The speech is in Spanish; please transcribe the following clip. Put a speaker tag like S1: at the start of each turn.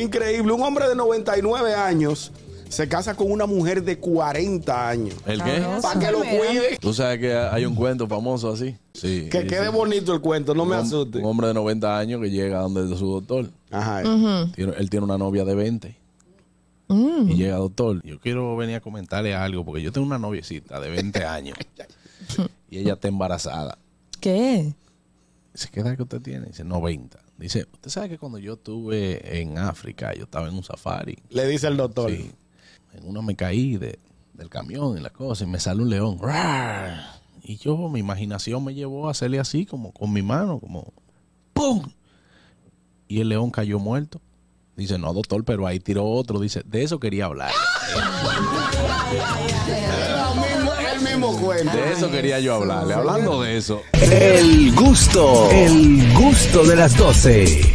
S1: Increíble, un hombre de 99 años se casa con una mujer de 40 años.
S2: ¿El qué?
S1: Para que lo cuide.
S2: Tú sabes que hay un cuento famoso así. Sí.
S1: Que
S2: dice,
S1: quede bonito el cuento, no me
S2: un hom-
S1: asuste.
S2: Un hombre de 90 años que llega donde su doctor.
S1: Ajá.
S2: Tiene- él tiene una novia de 20. Y llega, doctor, yo quiero venir a comentarle algo porque yo tengo una noviecita de 20 años y ella está embarazada.
S3: ¿Qué?
S2: Dice, ¿qué edad que usted tiene? Dice, 90. Dice, ¿usted sabe que cuando yo estuve en África, yo estaba en un safari?
S1: Le dice el doctor.
S2: Sí. En una me caí de- del camión y las cosas y me sale un león. ¡Rar! Y yo, mi imaginación me llevó a hacerle así, como con mi mano, como ¡pum! Y el león cayó muerto. Dice, no, doctor, pero ahí tiró otro. Dice, de eso quería hablar.
S1: Lo mismo- el mismo cuento.
S2: De eso quería yo hablarle. Hablando de eso.
S4: El gusto, el gusto de las 12.